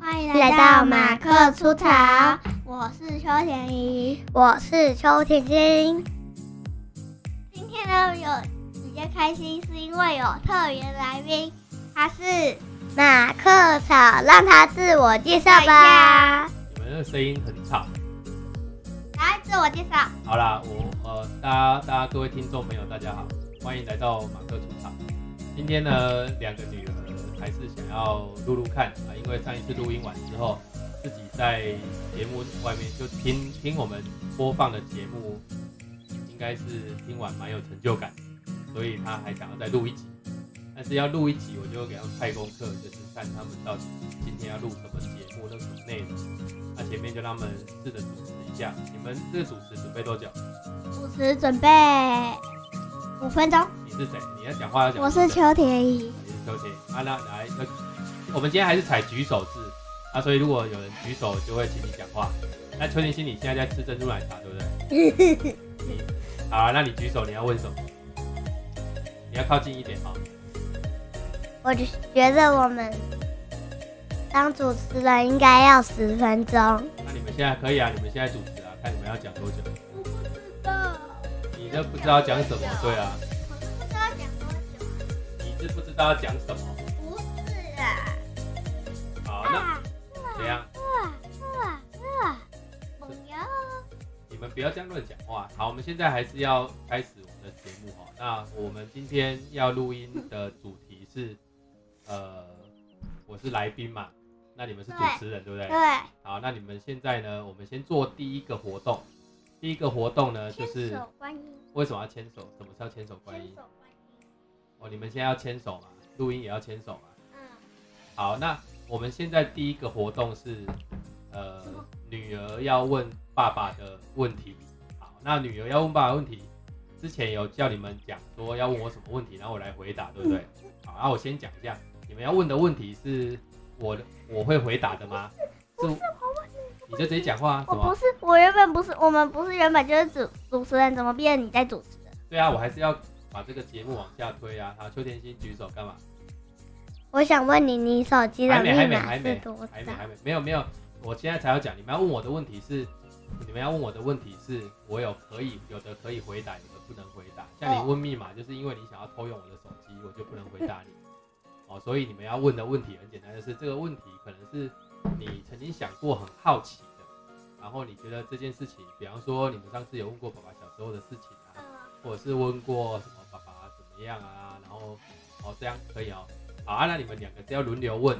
欢迎来来到到马马克克出出潮潮，我是邱田怡。我是邱婷婷。今天呢有比较开心，是因为有特别来宾，他是马克草，让他自我介绍哎吧。你们的声音很吵。来自我介绍。好啦，我呃，大家大家各位听众朋友，大家好，欢迎来到马克主场。今天呢，两个女儿还是想要录录看啊，因为上一次录音完之后，自己在节目外面就听听我们播放的节目，应该是听完蛮有成就感，所以她还想要再录一集。但是要录一集，我就给他们派功课，就是看他们到底今天要录什么节目，录什么内容。那前面就让他们试着主持一下。你们这个主持准备多久？主持准备五分钟，你是谁？你要讲话要讲。我是邱田怡。你是邱姐。啊，那来，那我们今天还是采举手制啊，所以如果有人举手，就会请你讲话。那邱天心，你现在在吃珍珠奶茶，对不对？ 你好啊，那你举手，你要问什么？你要靠近一点啊、我就觉得我们当主持人应该要十分钟。那你们现在可以啊，你们现在主持啊，看你们要讲多久。我不知道，你都不知道讲什么，对啊，我都不知道讲多久。你是不知道要讲什么。不是啊，好，那啊怎样？啊啊！朋友，你们不要这样乱讲话。好，我们现在还是要开始我们的节目哈。那我们今天要录音的主题是，呃，我是来宾嘛，那你们是主持人对不对？对，好，那你们现在呢，我们先做第一个活动。第一个活动呢，就是手观音，为什么要牵手？什么叫牵手观音？手观音，哦，你们现在要牵手嘛？录音也要牵手嘛？嗯。好，那我们现在第一个活动是，呃什么，女儿要问爸爸的问题。好，那女儿要问爸爸的问题，之前有叫你们讲说要问我什么问题，然后我来回答，对不对？嗯好，那我先讲一下，你们要问的问题是我的我会回答的吗？是，你就直接讲话啊，什我不么？是，我原本不是，我们不是原本就是主主持人，怎么变成你在主持的？对啊，我还是要把这个节目往下推啊。好，邱天心举手干嘛？我想问你，你手机的还密没还没码还是没多还少没？还没没有没有，我现在才要讲，你们要问我的问题是，你们要问我的问题是我有可以有的可以回答，有的不能回答。像哦你问密码，就是因为你想要偷用我的手机，我就不能回答你。哦，所以你们要问的问题很简单，就是这个问题可能是你曾经想过很好奇的，然后你觉得这件事情，比方说你们上次有问过爸爸小时候的事情啊，或者是问过什么爸爸怎么样啊，然后哦这样可以哦。好啊，那你们两个是要轮流问，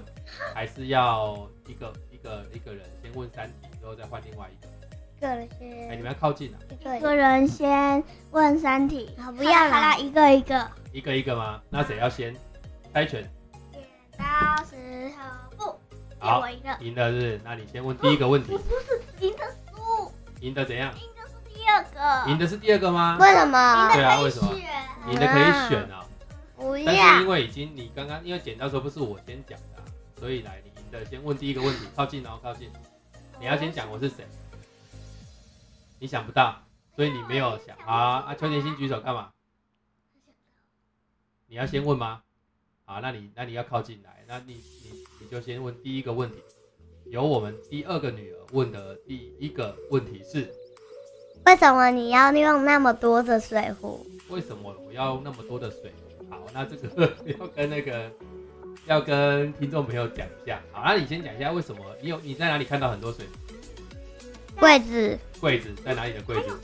还是要一个一个一个人先问三题，之后再换另外一个？一个人哎、你先，们要靠近啊，一一个个人人先问三题，好不要啦，啦一个一个。一个一个吗？那谁要先？猜拳，剪刀石头布，给好我一个，赢的是不是？那你先问第一个问题，赢的输，赢的怎样？赢的是第二个，赢的是第二个吗？为什么？对啊，为可以什么？选。赢的可以选啊，不要但是因为已经你刚刚因为剪刀石头不是我先讲的啊、所以来你赢的先问第一个问题，靠近哦，靠近。你要先讲我是谁，你想不到，所以你没有想啊啊！邱田心举手干嘛？你要先问吗？好，那你那你要靠近来，那你你你就先问第一个问题，由我们第二个女儿问的第一个问题是：为什么你要用那么多的水壶？为什么我要那么多的水？好，那这个 要跟那个要跟听众朋友讲一下。好，那你先讲一下为什么你有你在哪里看到很多水？柜子柜子在哪里的柜子？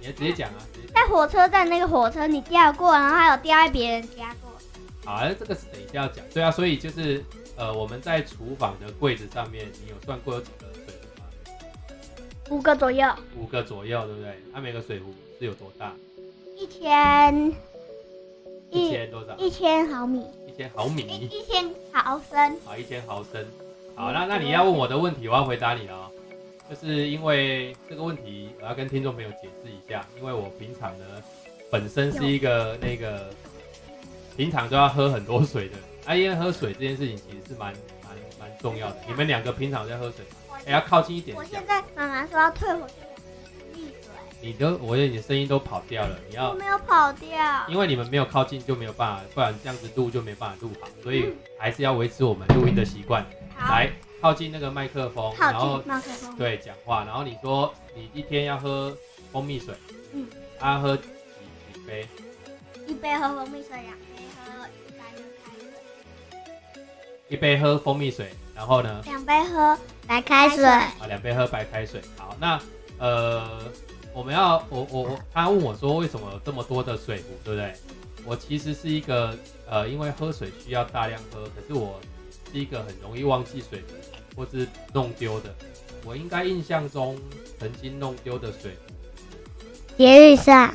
你要直接讲啊，直接讲。在火车站那个火车你掉过，然后还有掉在别人家过。好，那这个是等一下要讲。对啊，所以就是呃，我们在厨房的柜子上面，你有算过有几个水壶吗？五个左右，五个左右，对不对？它、每个水壶是有多大？一千一一千多少？一千毫米，一千毫一米，一千毫升。好，一千毫升。好，那那你要问我的问题，我要回答你了哦。就是因为这个问题，我要跟听众朋友解释一下，因为我平常呢，本身是一个那个平常都要喝很多水的人，啊，因为喝水这件事情其实是蛮蛮蛮重要的。你们两个平常有在喝水吗？哎、要靠近一点我讲现在妈妈说要退火车站，闭嘴。你都，我觉得你的声音都跑掉了。你我要，哎没有跑掉。因为你们没有靠近就没有办法，不然这样子录就没办法录好，所以还是要维持我们录音的习惯。嗯好，来，靠近那个麦克风，然靠后近麦克风，对讲话，然后你说你一天要喝蜂蜜水，嗯，啊喝几几杯，一杯喝蜂蜜水，两杯喝一般的开水，一杯喝蜂蜜水，然后呢，两杯喝白开水，啊两杯喝白开水。好，那呃我们要我我我他问我说为什么有这么多的水壶，对不对？我其实是一个呃，因为喝水需要大量喝，可是我是一个很容易忘记水壶或是弄丢的。我应该印象中曾经弄丢的水节日上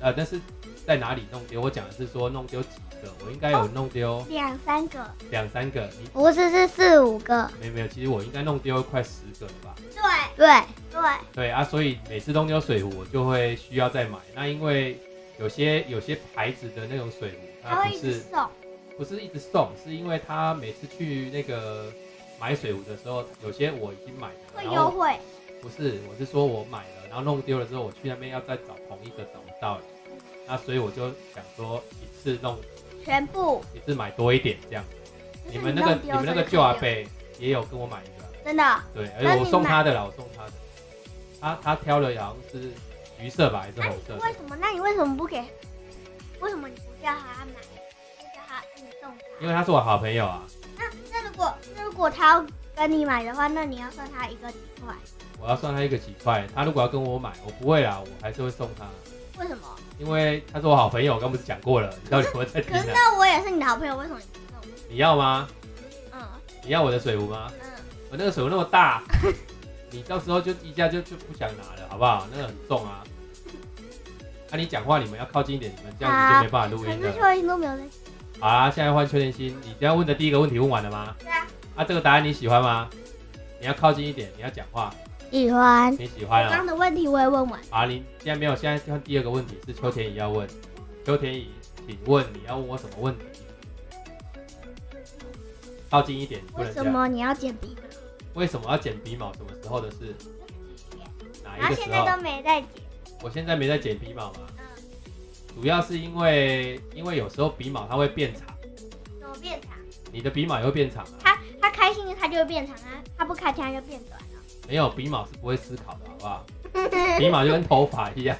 呃，但是在哪里弄丢？我讲的是说弄丢几个，我应该有弄丢两三个，两三个。你不是是四五个，没有没有，其实我应该弄丢快十个了吧？对对，对，对啊，所以每次弄丢水壶，我就会需要再买。那因为有些有些牌子的那种水壶，他它会不一直是送，不是一直送，是因为他每次去那个买水壶的时候，有些我已经买了，会然优后惠，不是，我是说我买了，然后弄丢了之后，我去那边要再找同一个找不到了，那所以我就想说一次弄全部。一次买多一点这样。就是你们那个弄你丢们那这个就旧阿丢贝也有跟我买一个，真的啊，对，而那且我你送买他的啦，我送他的，他他挑了好像是橘色吧还是那红你色的，为什么？那你为什么不给？为什么你不叫他买，就叫他你送他？因为他是我好朋友啊，那那如果那如果他要跟你买的话，那你要算他一个几块？我要算他一个几块，他如果要跟我买，我不会啦，我还是会送他，为什么？因为他是我好朋友，我刚不是讲过了，你到底有没有在听可是 呢？那我也是你的好朋友，为什么你不送我？你要吗？嗯你要我的水壶吗？嗯，我那个水壶那么大， 你到时候就一下就就不想拿了，好不好？那个很重啊。那、你讲话你们要靠近一点，你们这样子就没办法录可音了是。邱林都没有在。好啦，现在换邱天心，你刚刚问的第一个问题问完了吗？对啊。啊，这个答案你喜欢吗？你要靠近一点，你要讲话，喜欢你喜我欢刚刚啊？的问题我也问完，啊，你现在没有，现在换第二个问题是邱天怡要问，邱天怡，请问你要问我什么问题？靠近一点，你不为能什这样。么你要剪鼻毛？为什么要剪鼻毛？什么时候的事？哪然后啊一个现时在候？都没在剪。我现在没在剪鼻毛嘛，嗯，主要是因为因为有时候鼻毛它会变长，怎么变长？你的鼻毛也会变长啊。他他开心他就会变长啊，他不开心他就变短了。没有鼻毛是不会思考的，好不好？ 鼻毛就跟头发一样，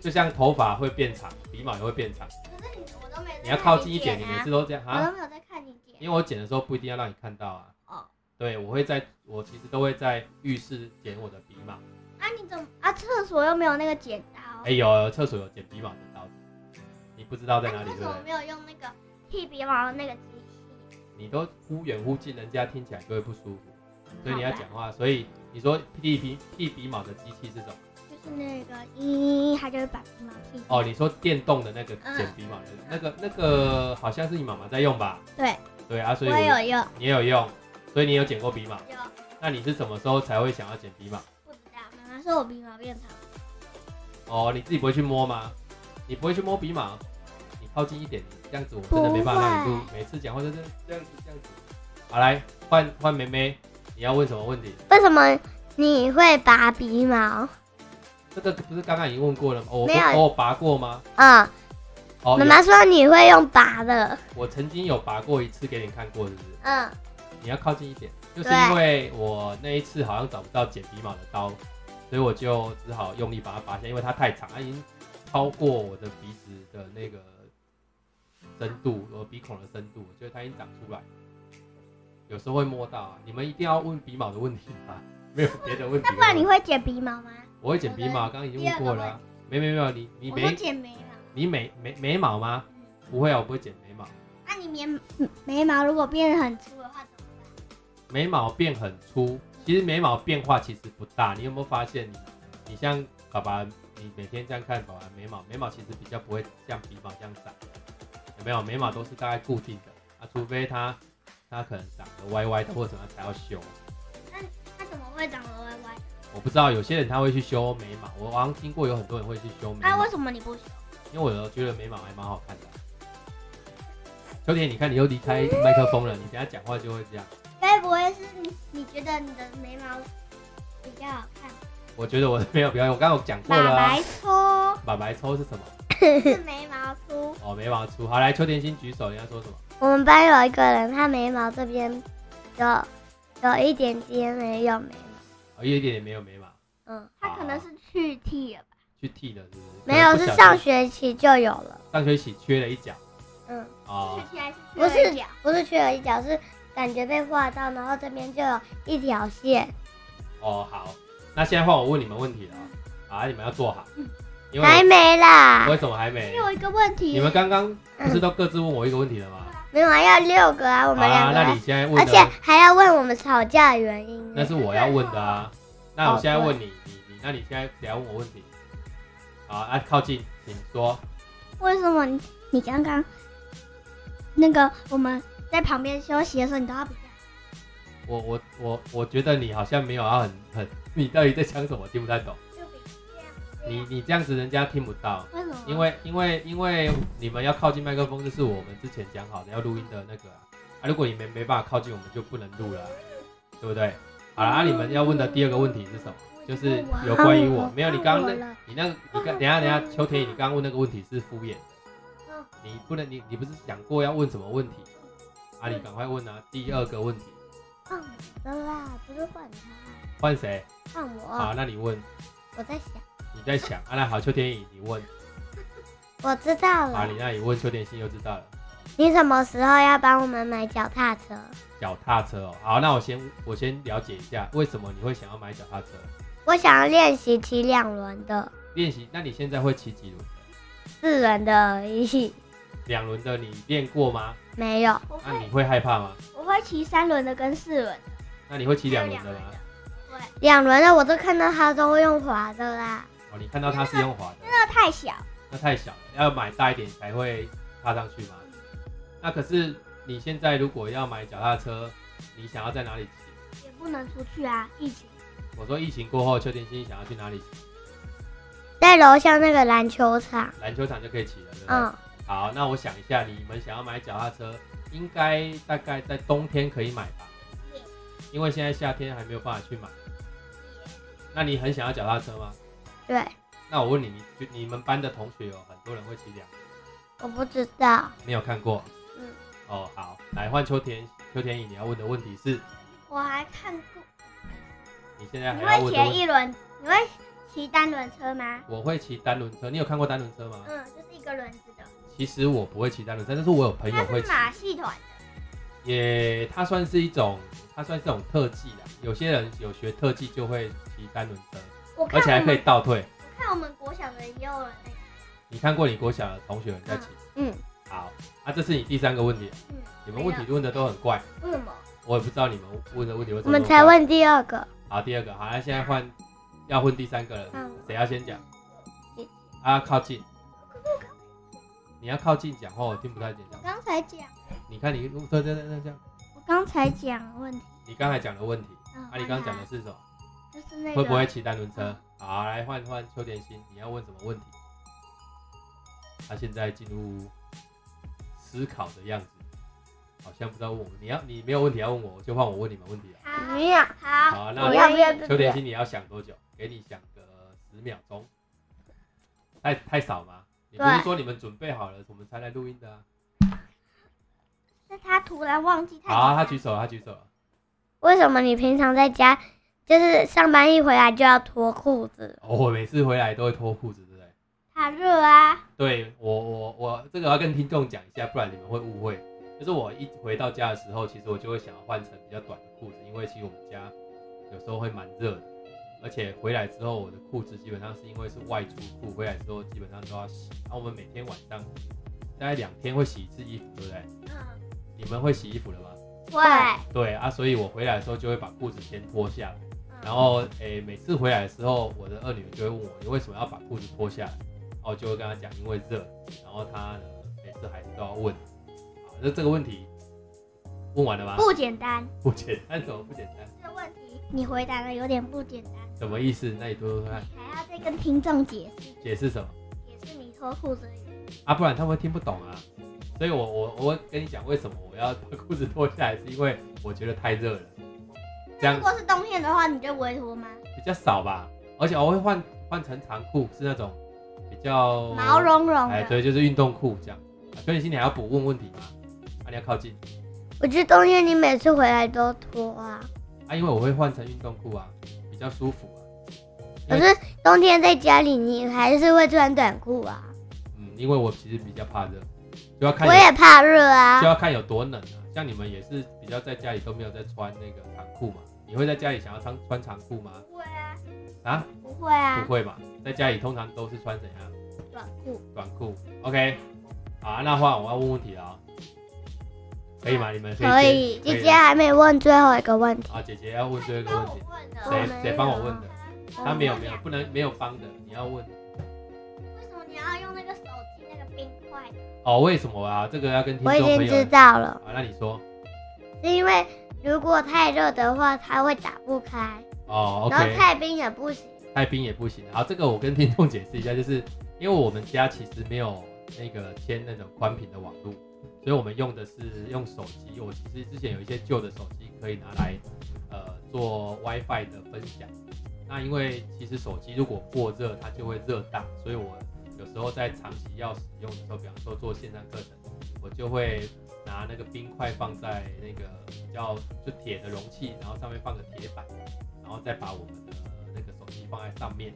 就像头发会变长，鼻毛也会变长。可是你我都没有在看你要靠近一点，你每剪次都这样啊，我啊都。没有在看你剪。因为我剪的时候不一定要让你看到啊。哦。对，我会在，我其实都会在浴室剪我的鼻毛。啊，你怎么啊？厕所又没有那个剪刀，啊哎、有厕所有剪鼻毛的刀子，你不知道在哪啊里，你为什对不么没对？有用那个剃鼻毛的那个机器？你都忽远忽近，人家听起来就会不舒服，所以你要讲话。所以你说剃鼻剃鼻毛的机器是什么？就是那个咦，它就会把鼻毛剃。哦，你说电动的那个剪鼻毛的那个、那个那个好像是你妈妈在用吧？嗯对对啊，所以我我也有用，你也有用，所以你有剪过鼻毛。有那你是什么时候才会想要剪鼻毛？不知道。妈妈说我鼻毛变长，哦，你自己不会去摸吗？你不会去摸鼻毛？你靠近一点，这样子我真的没办法让你录不。每次讲话都是这样子这样子。好，来换换梅梅，你要问什么问题？为什么你会拔鼻毛？这个不是刚刚已经问过了吗？哦我不没有我有拔过吗？嗯，哦，妈有妈说你会用拔的，我曾经有拔过一次给你看过，是不是？ 嗯，你要靠近一点，就是对因为我那一次好像找不到剪鼻毛的刀，所以我就只好用力把它拔下，因为它太长，它已经超过我的鼻子的那个深度，我鼻孔的深度，我觉得它已经长出来。有时候会摸到啊，你们一定要问鼻毛的问题吗？ 没有别的问题了吗。不然你会剪鼻毛吗？我会剪鼻毛，刚刚已经问过了啊、没没没有，你你我说眉剪眉毛。你眉眉眉毛吗？不会啊，我不会剪眉毛。那啊你眉眉毛如果变得很粗的话怎么办？眉毛变很粗，其实眉毛变化其实不大。你有没有发现你，你像爸爸，你每天这样看爸爸眉毛，眉毛其实比较不会像鼻毛这样长，有没有？眉毛都是大概固定的啊，除非它它可能长得歪歪的或者什么才要修。它怎么会长得歪歪？我不知道有些人他会去修眉毛，我好像听过有很多人会去修眉那毛啊为，什么你不修？因为我有觉得眉毛还蛮好看的。啊秋田，你看你又离开麦克风了，你等一下讲话就会这样。该不会是你你觉得你的眉毛比较好看？我觉得我没有表演，我刚刚有讲过了、马啊。白粗把白抽是什么？是眉毛粗，哦，眉毛粗。好，来邱田心举手，你要说什么？我们班有一个人，他眉毛这边有有一点点没有眉毛，哦，有一点点没有眉毛，嗯，他可能是去剃了吧，去剃的，是不是？没有可能是不小上心学期就有了，上学期缺了一角嗯，哦是，去剃还是去不是了脚？不是缺了一角，是感觉被划到，然后这边就有一条线。哦，好，那现在换我问你们问题了哦，啊，你们要做好，因嗯为还没啦我，为什么还没还？有一个问题，你们刚刚不是都各自问我一个问题了吗？没有啊，要六个嗯啊，我们两啊，个那你啊，现在而问且的，还要问我们吵架的原因那呢。是我要问的啊。那我现在问你，你你，那你现在等下问我问题。好，啊，靠近，请说。为什么你你刚刚那个我们在旁边休息的时候，你都要比较我我我我觉得你好像没有要很很，你到底在讲什么？我听不太懂。就比你你这样子人家听不到，为什么？因为因为因为你们要靠近麦克风，这是我们之前讲好的要录音的那个啊。啊如果你们没办法靠近，我们就不能录了啊、对不对？好了，啊，你们要问的第二个问题是什么？就是有关于我，没有你刚刚那，你那个，你刚等一下等一下，秋田，你刚刚问那个问题是敷衍的嗯，你不能你你不是讲过要问什么问题？啊，你赶快问啊！第二个问题换我的啦，不是换他，换谁？换我。好，那你问，我在想，你在想啊？那好，秋田，你问我知道啊，了你。那你问秋田心就知道了。你什么时候要帮我们买脚踏车？脚踏车哦，好，那我先我先了解一下，为什么你会想要买脚踏车？我想要练习骑两轮的，练习，那你现在会骑几轮？四轮的而已。两轮的你练过吗？没有，我那会啊你会害怕吗？我会骑三轮的跟四轮的，那你会骑两还有轮的吗？对，两轮的我都看到他都用滑的啦。哦，你看到它是用滑的。那太小，那太小了，要买大一点才会踏上去嘛。那可是你现在如果要买脚踏车，你想要在哪里骑？也不能出去啊，疫情。我说疫情过后，邱天心想要去哪里骑？在楼下那个篮球场，篮球场就可以骑了，对不对？嗯，好，那我想一下，你们想要买脚踏车，应该大概在冬天可以买吧？因为现在夏天还没有办法去买。那你很想要脚踏车吗？对，那我问你，你你们班的同学有很多人会骑两轮，我不知道。没有看过？嗯。哦，好，来换秋田，秋田乙，你要问的问题是，我还看过，你现在还你要会问的问骑一轮，你会骑单轮车吗？我会骑单轮车，你有看过单轮车吗？啊嗯，就是一个轮子的，其实我不会骑单轮车，但是我有朋友它会是骑。马戏团的，也，它算是一种，它算是一种特技啦。有些人有学特技就会骑单轮车，我而看且还我可以们倒退。我看我们国小的也有人在骑，你看过你国小的同学在骑？嗯，好，啊，这是你第三个问题了。嗯，你们问题问的都很怪，为什么？我也不知道你们问的问题为什我么那们么才怪。问第二个，好，第二个，好，那现在换要换第三个了，嗯谁要先讲你？啊，靠近。你要靠近讲话，我听不太见我讲。刚才讲，你看你，对对对对，这样。我刚才讲问题，你刚才讲的问题，嗯，啊啊，你刚刚讲的是什么？就是啊那个会不会骑单轮车？好，来换换邱田心，你要问什么问题？他现在进入思考的样子，好像不知道问我。你要你没有问题要问我，就换我问你们问题了。啊好没有。好，好，啊我那要不要邱田心你要想多久？给你想个十秒钟，太太少吗？你不是对说你们准备好了，我们才来录音的啊？是他突然忘记他。好啊，他举手了，他举手了。为什么你平常在家，就是上班一回来就要脱裤子？哦，我每次回来都会脱裤子，对不对？他热啊，对我我我这个要跟听众讲一下，不然你们会误会。就是我一回到家的时候，其实我就会想要换成比较短的裤子，因为其实我们家有时候会蛮热的，而且回来之后我的裤子基本上是因为是外出裤，回来之后基本上都要洗。然后我们每天晚上大概两天会洗一次衣服，对不对？嗯，你们会洗衣服了吗？会，对啊，所以我回来的时候就会把裤子先脱下来。嗯然后诶、每次回来的时候，我的二女儿就会问我，你为什么要把裤子脱下来？然后我就会跟她讲，因为热。然后她呢，每次还是都要问。好，那这个问题问完了吗？不简单，不简单，怎么不简单？这个问题你回答的有点不简单，什么意思？那你说说看，你还要再跟听众解释，解释什么解释你脱裤子的原因。啊？不然他们会听不懂啊。所以我我我会跟你讲，为什么我要把裤子脱下来，是因为我觉得太热了，这样如果是冬天的话，你就不会脱吗？比较少吧。而且我会换换成长裤，是那种比较毛茸茸哎，的，对，就是运动裤这样。啊所以你心里还要补问问题吗？啊，你要靠近。我觉得冬天你每次回来都脱啊，啊，因为我会换成运动裤啊，比较舒服啊。可是冬天在家里，你还是会穿短裤啊。嗯，因为我其实比较怕热，就要看我有也怕热就啊，要看有多冷啊。像你们也是比较在家里都没有在穿那个长裤嘛，你会在家里想要穿穿长裤吗？不会啊，啊，不会啊不，会吧，在家里通常都是穿怎样？短裤。短裤。OK，好啊，那换我要问问题了啊、可以吗？你们可以所以可以姐姐还没问最后一个问题，啊，姐姐要问最后一个问帮我题，问我的，没有啊谁谁帮我问的？我他没有没有，不能没有帮的，你要问为什么你要用那个手机那个冰块？哦，为什么啊？这个要跟听我众已经朋友知道了，啊，那你说是因为如果太热的话，它会打不开，哦然后，OK，太冰也不行。太冰也不行。好，这个我跟听众解释一下，就是因为我们家其实没有那个签那种宽频的网络，所以我们用的是用手机。我其实之前有一些旧的手机可以拿来呃做 WiFi 的分享。那因为其实手机如果过热，它就会热档，所以我有时候在长期要使用的时候，比方说做线上课程，我就会拿那个冰块放在那个比较就铁的容器，然后上面放个铁板，然后再把我们的那个手机放在上面，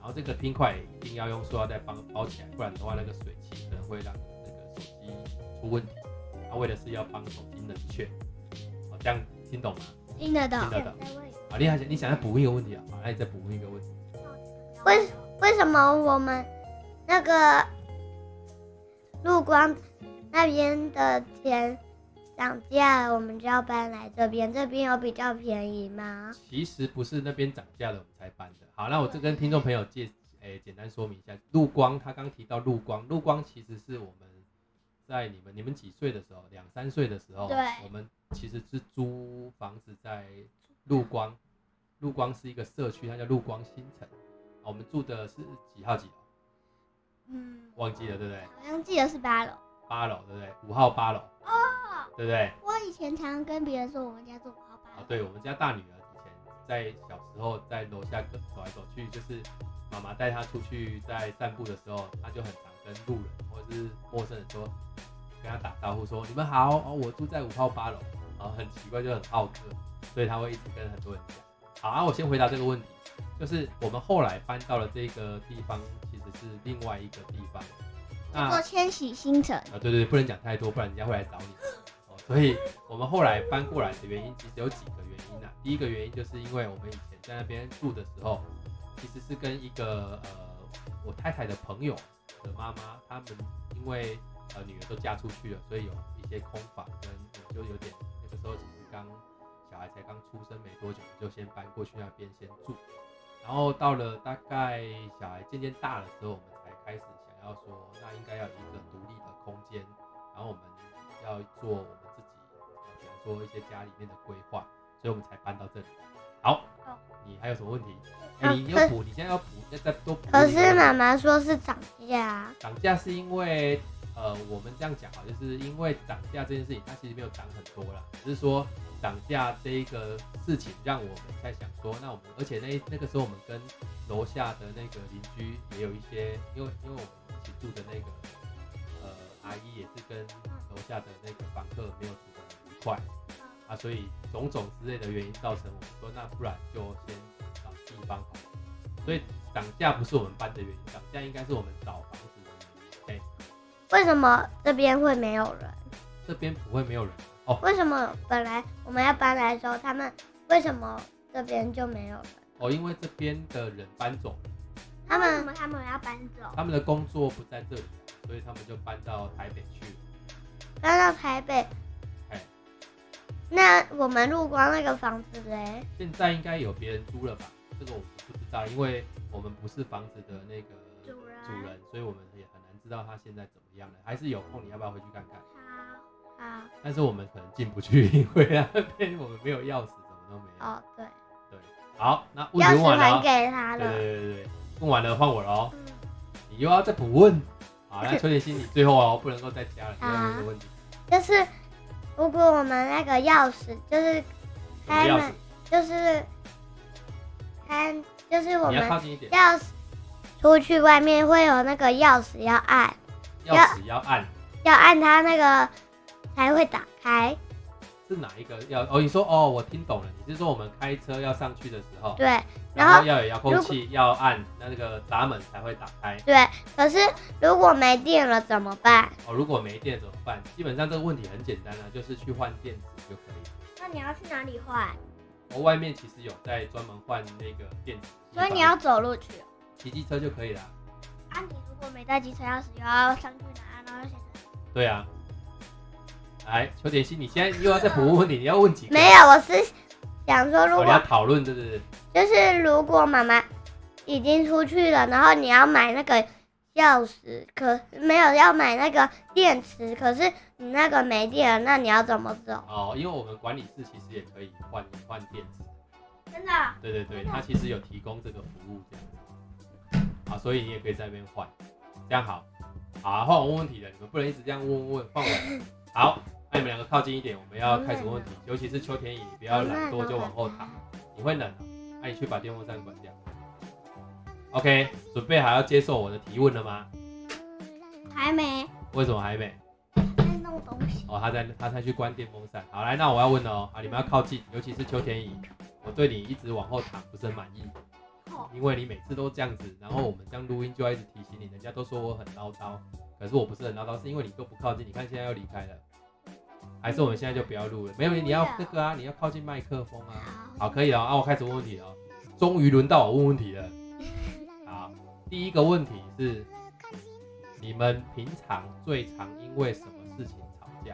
然后这个冰块一定要用塑料袋包包起来，不然的话那个水汽可能会让那个手机出问题。它为的是要帮手机冷却，好，这样听懂吗？听得懂听得懂。好，你还想你想要补问一个问题啊？好，那你再补问一个问题。为为什么我们那个陆光那边的田涨价了，我们就要搬来这边？这边有比较便宜吗？其实不是那边涨价了我们才搬的。好，那我这跟听众朋友介，诶、简单说明一下，陆光他刚提到陆光，陆光其实是我们在你们你们几岁的时候，两三岁的时候，对我们其实是租房子在陆光，陆光是一个社区，它叫陆光新城，哦我们住的是几号几楼？嗯，忘记了对不对？好像记得是八楼。八楼对不对？五号八楼，对不对？我以前常常跟别人说我们家住五号八啊楼，，对我们家大女儿以前在小时候在楼下跟走来走去，就是妈妈带她出去在散步的时候，她就很常跟路人或者是陌生人说，跟她打招呼说你们好，哦，我住在五号八楼，然后很奇怪就很好客，所以她会一直跟很多人讲。好啊，我先回答这个问题，就是我们后来搬到了这个地方，其实是另外一个地方。叫那做千禧新城。啊，对对对，不能讲太多，不然人家会来找你。哦，所以我们后来搬过来的原因其实有几个原因啊。第一个原因就是因为我们以前在那边住的时候，其实是跟一个呃我太太的朋友的妈妈，他们因为呃女儿都嫁出去了，所以有一些空房跟我就有点那个时候其实刚小孩才刚出生没多久，就先搬过去那边先住。然后到了大概小孩渐渐大的时候，我们才开始想要说，那应该要有一个独立的空间，然后我们要做我们自己，呃比方说一些家里面的规划，所以我们才搬到这里。好好，你还有什么问题？哎、啊你可要补，你现在要补，再再多补一个可问题。是妈妈说是涨价，啊涨价是因为，呃，我们这样讲啊，就是因为涨价这件事情，它其实没有涨很多啦，只是说涨价这一个事情让我们在想说，那我们而且那那个时候我们跟楼下的那个邻居也有一些，因为因为我们一起住的那个呃阿姨也是跟楼下的那个房客没有处得很愉快啊，所以种种之类的原因造成我们说，那不然就先找地方好了。所以涨价不是我们搬的原因，涨价应该是我们找房子的原因。哎、为什么这边会没有人？这边不会没有人哦为什么本来我们要搬来的时候，他们为什么这边就没有人？哦，因为这边的人搬走，他为什们么他们要搬走？他们的工作不在这里，所以他们就搬到台北去了。搬到台北哎，那我们陆光那个房子嘞？现在应该有别人租了吧？这个我不知道，因为我们不是房子的那个主人主人，所以我们也很难知道他现在怎么样了。还是有空你要不要回去看看？啊，但是我们可能进不去，因为那边我们没有钥匙，什么都没有。哦对，好，那问钥题问匙完了还哦。给他对对了。对对对，问完了换我了哦。嗯，你又要再补问。好，那邱点心，你最后哦，不能够再加了，最后一个问题，就是如果我们那个钥匙，就是什么钥开匙？就是开，就是我你要们靠近一点，钥匙出去外面会有那个钥匙要按。钥匙要按。要按它那个才会打开。是哪一个要？哦，你说哦，我听懂了，你是说我们开车要上去的时候，对然然后后要有遥控器，要按那个闸门才会打开。对，可是如果没电了怎么办？哦，如果没电怎么办？基本上这个问题很简单啊，就是去换电池就可以了。那你要去哪里换？我、外面其实有在专门换那个电池，所以你要走路去。骑机车就可以了。啊，你如果没带机车钥匙，又要上去拿，然后想对啊。来，邱点心，你现在又要再补问问题，你要问几个？没有，我是想说，如哦，你要果讨论对不对？就是如果妈妈已经出去了，然后你要买那个钥匙，可没有要买那个电池，可是你那个没电了，那你要怎么走？哦，因为我们管理室其实也可以换换电池。真的，对对对，它其实有提供这个服务这样子。啊，所以你也可以在那边换，这样好。好啊，换我问问题了，你们不能一直这样问问换我。好，那你们两个靠近一点，我们要开始问问题，尤其是邱田颖，你不要懒惰就往后躺，你会冷哦。那、你去把电风扇关掉。OK，准备好要接受我的提问了吗？还没为什么还没？在弄东西。哦，他在他才去关电风扇。好，来，那我要问了哦，啊，你们要靠近，尤其是邱田怡，我对你一直往后躺不是很满意哦，因为你每次都这样子，然后我们这样录音就要一直提醒你，人家都说我很唠叨，可是我不是很唠叨，是因为你都不靠近。你看现在要离开了，还是我们现在就不要录了？没有，你要那个啊，你要靠近麦克风啊。好，可以了哦啊，我开始问问题了哦，终于轮到我问问题了。好，第一个问题是，你们平常最常因为什么事情吵架？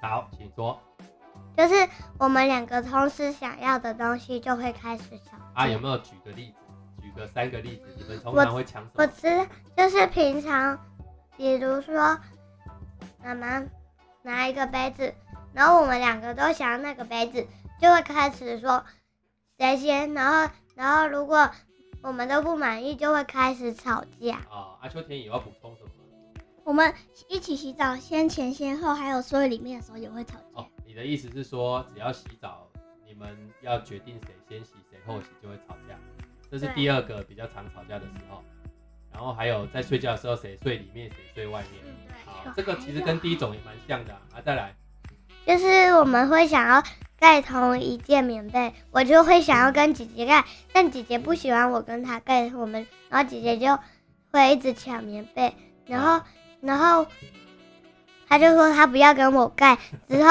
好，请说。就是我们两个同时想要的东西就会开始吵啊，有架。没有举个例子？举个三个例子，你们通我常会抢什我么？知就是平常，比如说妈妈拿一个杯子，然后我们两个都想要那个杯子，就会开始说谁先，然后然后如果我们都不满意，就会开始吵架。啊，阿秋田也要补充什么吗？我们一起洗澡，先前先后，还有所有里面的时候也会吵架哦。，你的意思是说，只要洗澡，你们要决定谁先洗谁后洗就会吵架，这是对第二个比较常吵架的时候。然后还有在睡觉的时候，谁睡里面谁睡外面。嗯，对。好，哦这个其实跟第一种也蛮像的啊。啊再来，就是我们会想要盖同一件棉被，我就会想要跟姐姐盖，但姐姐不喜欢我跟她盖，我们然后姐姐就会一直抢棉被，然啊后然后她就说她不要跟我盖，之后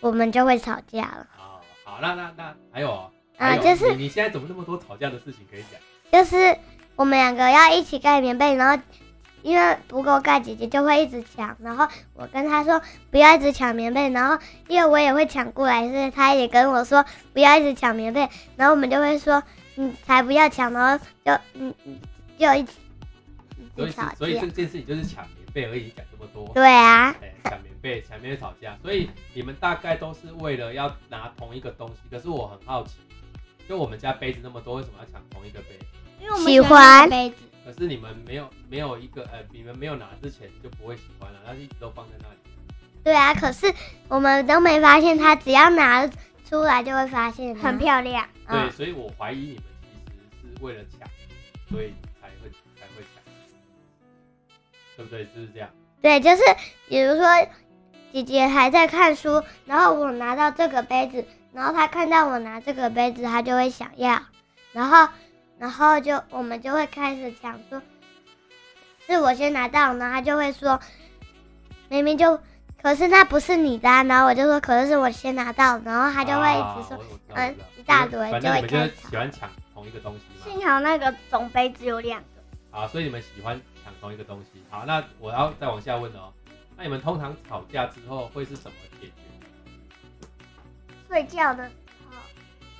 我们就会吵架了。啊，好，那那那还有哦，啊还有就是你你现在怎么那么多吵架的事情可以讲？就是我们两个要一起盖棉被，然后因为不够盖，姐姐就会一直抢。然后我跟她说不要一直抢棉被，然后因为我也会抢过来，所以她也跟我说不要一直抢棉被。然后我们就会说你才不要抢，然后就嗯嗯就一起所一起以是吵所以架这。件事情就是抢棉被而已，讲这么多。对啊，哎，抢棉被，抢棉被吵架，所以你们大概都是为了要拿同一个东西。可是我很好奇，就我们家杯子那么多，为什么要抢同一个杯？因为我们喜欢欢杯子，可是你们没有没有一个呃，你们没有拿之前就不会喜欢了，但是一直都放在那里。对啊，可是我们都没发现她，只要拿出来就会发现她很漂亮。对，嗯，所以我怀疑你们其实是为了抢，所以才会才会抢，对不对？是不是这样？对，就是比如说姐姐还在看书，然后我拿到这个杯子，然后她看到我拿这个杯子，她就会想要，然后然后就我们就会开始抢说，是我先拿到，然后她就会说，明明就可是那不是你的、啊，然后我就说可是是我先拿到，然后她就会一直说，啊我我知道嗯我知道一大堆反就正会你们就开是始喜欢抢同一个东西嘛。幸好那个总杯只有两个，啊，所以你们喜欢抢同一个东西。好，那我要再往下问哦。那你们通常吵架之后会是怎么解决？睡觉的时候。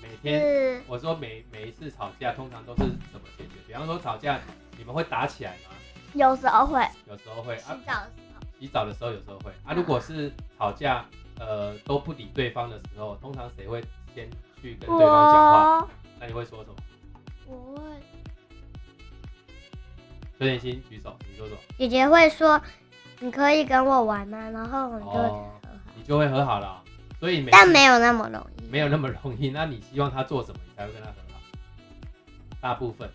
每天，是我说每每一次吵架通常都是怎么解决？比方说吵架，你们会打起来吗？有时候会有时候会洗啊，澡的时候，洗澡的时候有时候会嗯啊。如果是吵架，呃，都不理对方的时候，通常谁会先去跟对方讲话？我那你会说什么？我会邱建新举手，你说什么？姐姐会说，你可以跟我玩吗？然后我们就会哦你就会和好了哦、所以每但次没有那么容易，没有那么容易。那你希望他做什么，你才会跟他和好？大部分，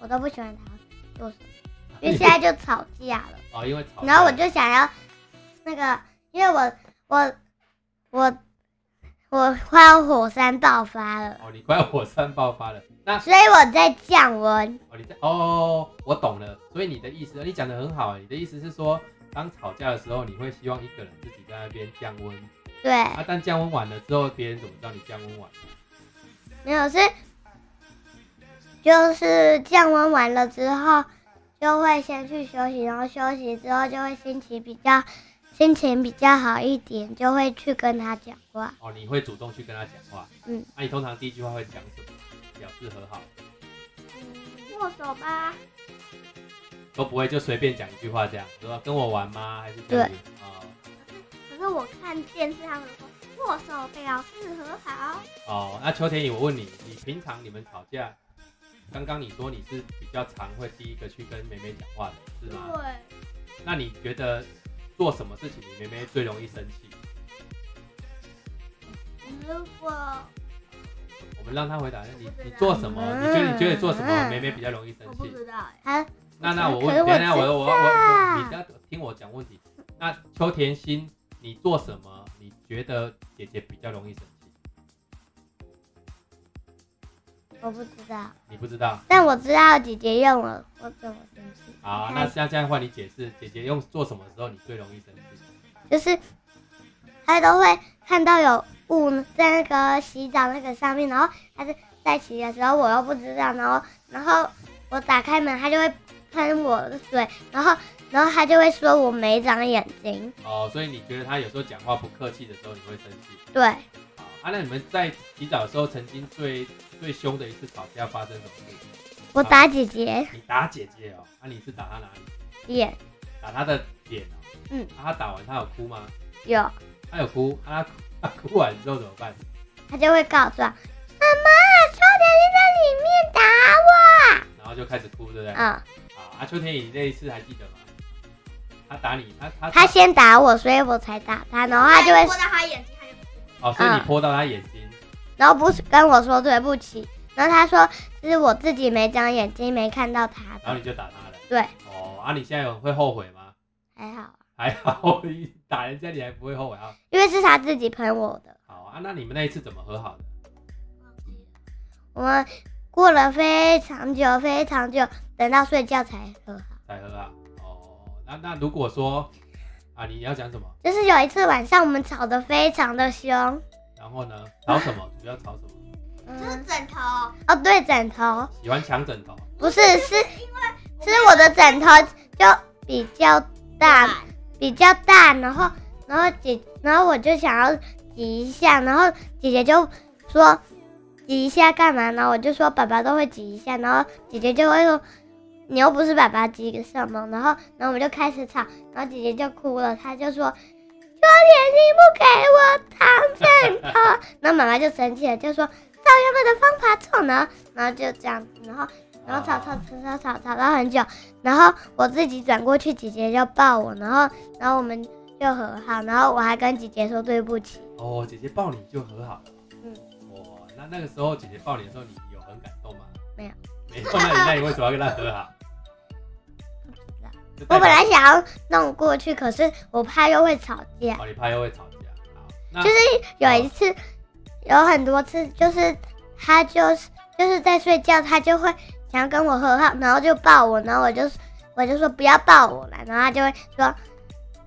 我都不喜欢她 做什么，因为现在就吵架了。哦，因为吵架，然后我就想要那个因为我我我我快要火山爆发了，哦，你快火山爆发了，那所以我在降温。哦，你在哦，我懂了。所以你的意思，哦你讲的很好，你的意思是说，当吵架的时候，你会希望一个人自己在那边降温对，啊，但降温完了之后，别人怎么知道你降温完了？没有是就是降温完了之后，就会先去休息，然后休息之后就会心情比较心情比较好一点，就会去跟他讲话。哦，你会主动去跟他讲话，啊嗯，那、你通常第一句话会讲什么？表示和好，握手吧，都不会就随便讲一句话这样，说跟我玩吗？还是怎样？哦可是我看电视他们说握手表示和好，哦，那邱天宇，我问你，你平常你们吵架，刚刚你说你是比较常会第一个去跟妹妹讲话的，是吗？对，那你觉得做什么事情你妹妹最容易生气？如果我们让她回答，你我不知道你做什么？嗯你觉得你觉得做什么嗯妹妹比较容易生我不气？知道哎、他那那我可问，是等我一下我知我我我，你不要听我讲问题。那邱甜心，你做什么？你觉得姐姐比较容易生气？我不知道，你不知道但我知道姐姐用了，我怎么生气？好，那现在这样换你解释，姐姐用做什么时候你最容易生气？就是他都会看到有雾在那个洗澡那个上面，然后他是在洗的时候我又不知道，然后然后我打开门，他就会喷我的水，然后然后他就会说我没长眼睛，哦，所以你觉得她有时候讲话不客气的时候你会生气？对，好，啊，那你们在洗澡的时候曾经最最凶的一次吵架发生什么事情？我打姐姐你打姐姐哦，那、你是打她哪里？脸打她的脸哦。嗯啊，她打完她有哭吗？有，她有哭，啊，她哭她哭完之后怎么办？他就会告状，妈妈，秋田在里面然后就开始哭，对不对？打我，嗯，好啊，秋天你那一次还记得吗？她打你，她她他先打我，所以我才打他，然后他就再会摸到他眼睛，他就哦，所以你嗯泼到她眼睛，然后不是跟我说对不起，然后他说是我自己没长眼睛，没看到他然后你的，就打她了。对。哦，啊，你现在有会后悔吗？还好，还好， 你打人家你还不会后悔啊。因为是他自己喷我的。好啊，那你们那一次怎么和好的？忘记了。我们过了非常久，非常久，等到睡觉才和好。才和好。哦，那那如果说啊，你要讲什么？就是有一次晚上，我们吵得非常的凶，然后呢，吵什么？主要吵什么？就是嗯，枕头，哦，对，枕头喜欢抢枕头。不是是是我的枕头就比较大，比较大，然后然后姐，然后我就想要挤一下，然后姐姐就说挤一下干嘛呢？我就说爸爸都会挤一下，然后姐姐就会说你又不是爸爸挤个什么，然后然后我们就开始吵，然后姐姐就哭了，她就说。秋田你不给我躺枕头，然后妈妈就生气了，就说照原本的方法走呢，然后就这样子，然后然后吵吵啊吵吵吵吵到很久，然后我自己转过去，姐姐就抱我，然后然后我们就和好，然后我还跟姐姐说对不起，哦，姐姐抱你就和好了。嗯。哦，那那个时候姐姐抱你的时候，你有很感动吗？没有。没有，那你那你为什么要跟她和好？就 代我本表来想要弄过去，可是我怕又会吵架。哦，你怕又会吵架。好，那就是有一次，有很多次，就是他就是就是在睡觉，他就会想要跟我和好，然后就抱我，然后我就我就说不要抱我了，然后他就会说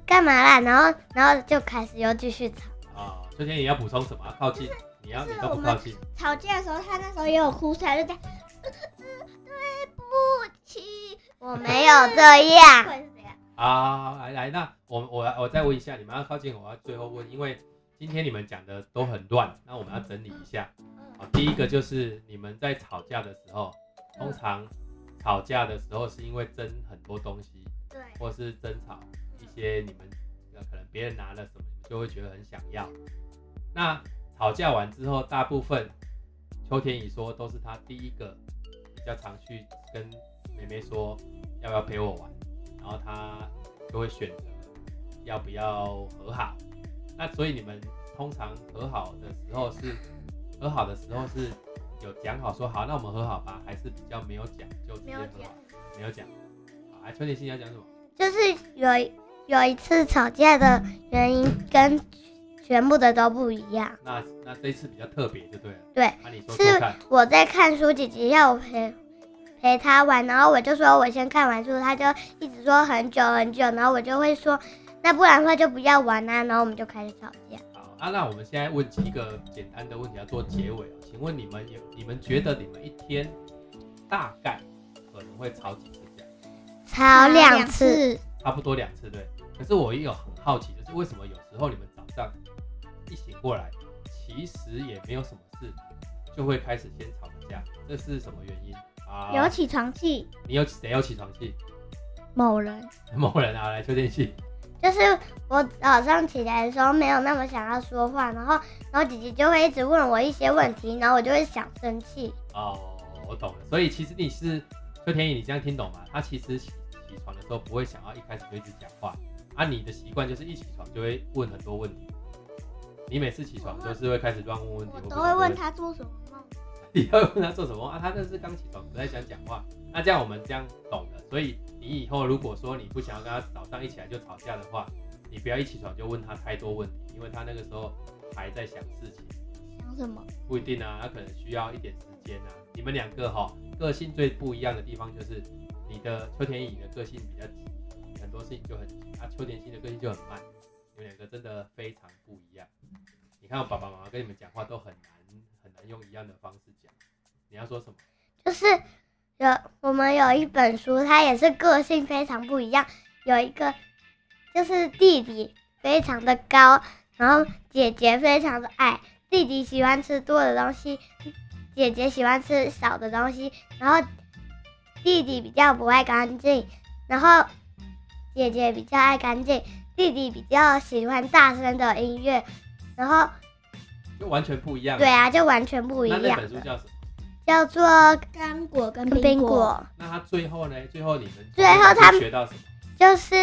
干嘛啦，然后然后就开始又继续吵。啊，秋天你要补充什么？靠近，你要你就是都我不们靠近。吵架的时候，他那时候也有哭出来，就在、呃呃对不起，我没有这样，会是这样。啊，来来，那我我我再问一下，你们要靠近我，要最后问，因为今天你们讲的都很乱，那我们要整理一下。好，第一个就是你们在吵架的时候，通常吵架的时候是因为争很多东西，对，或是争吵一些你们呃可能别人拿了什么，你们就会觉得很想要。那吵架完之后，大部分邱天乙说都是他第一个比较常去跟妹妹说要不要陪我玩，然后他就会选择要不要和好。那所以你们通常和好的时候是和好的时候是有讲好说好，那我们和好吧，还是比较没有讲就直没接有和讲好，没有讲。好，啊，邱天心要讲什么？就是有一有一次吵架的原因跟全部的都不一样。那那这一次比较特别，就对了。对那、你说说看，我在看书，姐姐要我陪陪她玩，然后我就说我先看完书，她就一直说很久很久，然后我就会说那不然的话就不要玩啊，然后我们就开始吵架。好啊，那我们现在问几个简单的问题，要做结尾哦。请问你们有，你们觉得你们一天大概可能会吵几次架？吵两次，，差不多两次，对。可是我也有很好奇，就是为什么有时候你们早上一醒过来，其实也没有什么事，就会开始先吵架，这是什么原因啊？有起床气，你有谁有起床气？ 某人某人啊，来邱天气，就是我早上起来的时候没有那么想要说话，然后然后姐姐就会一直问我一些问题，然后我就会想生气。哦，我懂了。所以其实你是邱天意，你这样听懂吗？他其实起起床的时候不会想要一开始就一直讲话，啊，你的习惯就是一起床就会问很多问题。你每次起床都是会开始乱问问题，我不都会问他。他做什么梦， 你要问他做什么啊？他那是刚起床，不太想讲话。那这样我们这样懂了，所以你以后如果说你不想要跟他早上一起来就吵架的话，你不要一起床就问他太多问题，因为他那个时候还在想事情，想什么，不一定啊，他可能需要一点时间啊。你们两个哈、个性最不一样的地方就是你的邱田颖的个性比较急，很多事情就很急，啊，邱田心的个性就很慢，你们两个真的非常不一样。你看我爸爸妈妈跟你们讲话都很难很难用一样的方式讲，你要说什么？就是有我们有一本书，它也是个性非常不一样，有一个就是弟弟非常的高，然后姐姐非常的矮，弟弟喜欢吃多的东西，姐姐喜欢吃少的东西，然后弟弟比较不爱干净，然后姐姐比较爱干净，弟弟比较喜欢大声的音乐，然后就完全不一样。对，啊，就完全不一那那样本书了，叫什么？叫做《干果跟冰果》。那他最后呢？最后你们最后他们学到什么？就是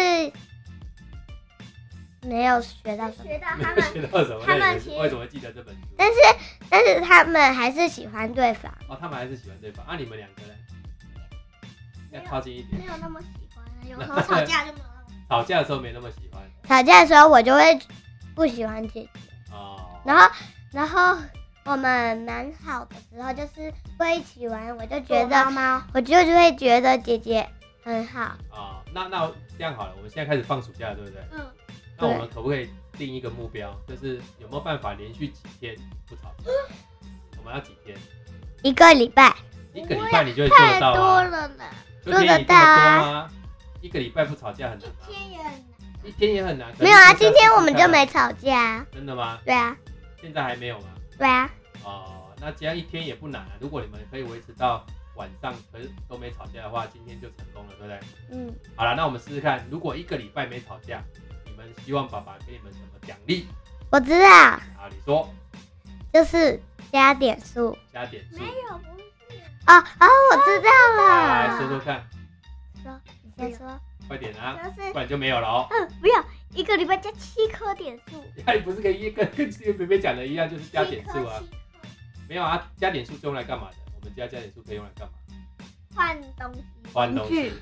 没有学到什么，学到没他有们 学到什么？他们那你其是实为什么会记得这本书？但是但是他们还是喜欢对方，哦，他们还是喜欢对方。啊，你们两个呢？没要有靠近一点没。有那么喜欢，有时候吵架就没有那么喜吵架的时候没那么喜欢吵架的时候我就会不喜欢姐姐，哦。然后然后我们蛮好的时候就是会一起玩，我就觉欢。得吗？我就就会觉得姐姐很好，啊、那那这样好了，我们现在开始放暑假了，对不对？嗯，那对我们可不可以定一个目标，就是有没有办法连续几天不吵 架？我们要几天？一个礼拜一个礼拜你就会做太得到多啊？了呢，就天做你得这到啊么多吗？一个礼拜不吵架很难吗？天也很难。一天也很难。没有啊，可是今现在天我们就试试看没啊。吵架啊，真的吗？对啊现在还没有吗？对啊，哦，那这样一天也不难啊。如果你们可以维持到晚上，可是都没吵架的话，今天就成功了，对不对？嗯，好了，那我们试试看，如果一个礼拜没吵架，你们希望爸爸给你们什么奖励？我知道，啊，你说就是加点数加点数没，有，不啊是哦哦，我知道好了，哎来说说看，你先说。快点啊，就是不然就没有了哦。 嗯，不要一个礼拜加七颗点数，还不是跟一跟跟之前北北讲的一样，就是加点数啊七颗，七颗没有啊，加点数是用来干嘛的？我们加加点数可以用来干嘛？换东西，换东工西具。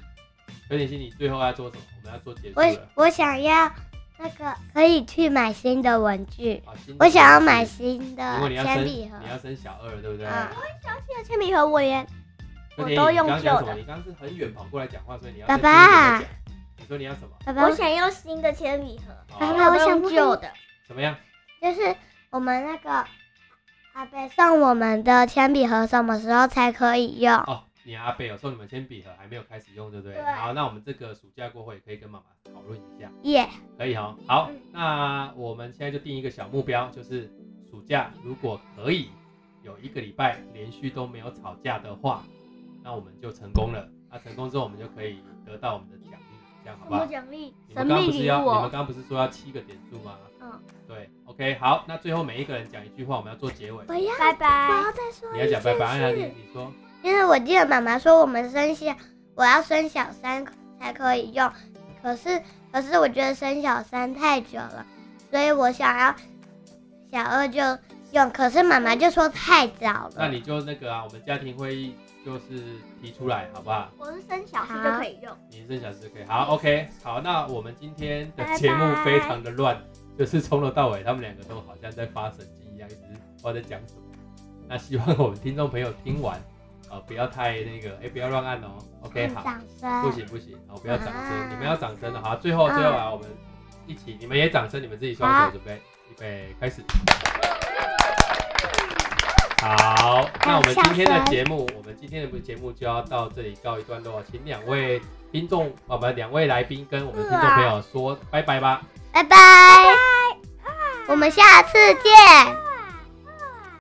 有点心，你最后要做什么？我们要做结束我了。我想要那个可以去买新的文具，好新的我想要买东西新因的为你要铅生笔盒啊你。要生小二了，对不对？啊这个铅笔盒我也我秋天都你用刚刚讲旧什么？的你刚刚是很远跑过来讲话，所以你要爸再近一点爸再讲你说你要什么？爸爸，我想要新的铅笔盒，爸哦，爸我想我想旧的，怎么样？就是我们那个阿贝送我们的铅笔盒什么时候才可以用？哦，你阿贝有时候你们铅笔盒还没有开始用，对不对？对好，那我们这个暑假过后也可以跟妈妈讨论一下，耶、可以哦。好嗯，那我们现在就定一个小目标，就是暑假如果可以有一个礼拜连续都没有吵架的话，那我们就成功了。那、成功之后，我们就可以得到我们的奖励，这样好什不好么？奖励？你神们刚刚秘不是礼要，物你们刚哦，刚不是说要七个点数吗？嗯，对，OK，好，那最后每一个人讲一句话，我们要做结尾。我要拜我拜。要再说你一要讲拜拜，啊、你件事，你说，因为我记得妈妈说我们生小，我要生小三才可以用，可是可是我觉得生小三太久了，所以我想要小二就用，可是妈妈就说太早了。啊那你就那个啊，我们家庭会议就是提出来，好不好？我是生小时就可以用。你是小时可以。好，OK，好，那我们今天的拜节目拜非常的乱，就是从头到尾他们两个都好像在发神经一样，一直不知道在讲什么。那希望我们听众朋友听完，呃，不要太那个，哎、不要乱按哦。OK，好。掌不啊声，行不行，我不要掌声，啊你们要掌声的哈。好最后嗯最后啊，我们一起，你们也掌声，你们自己双手好准备，预备开始。好，那我们今天的节目，我们今天的节目就要到这里告一段落，请两位听众，我们两位来宾跟我们的听众朋友说拜拜吧。拜拜，我们下次见。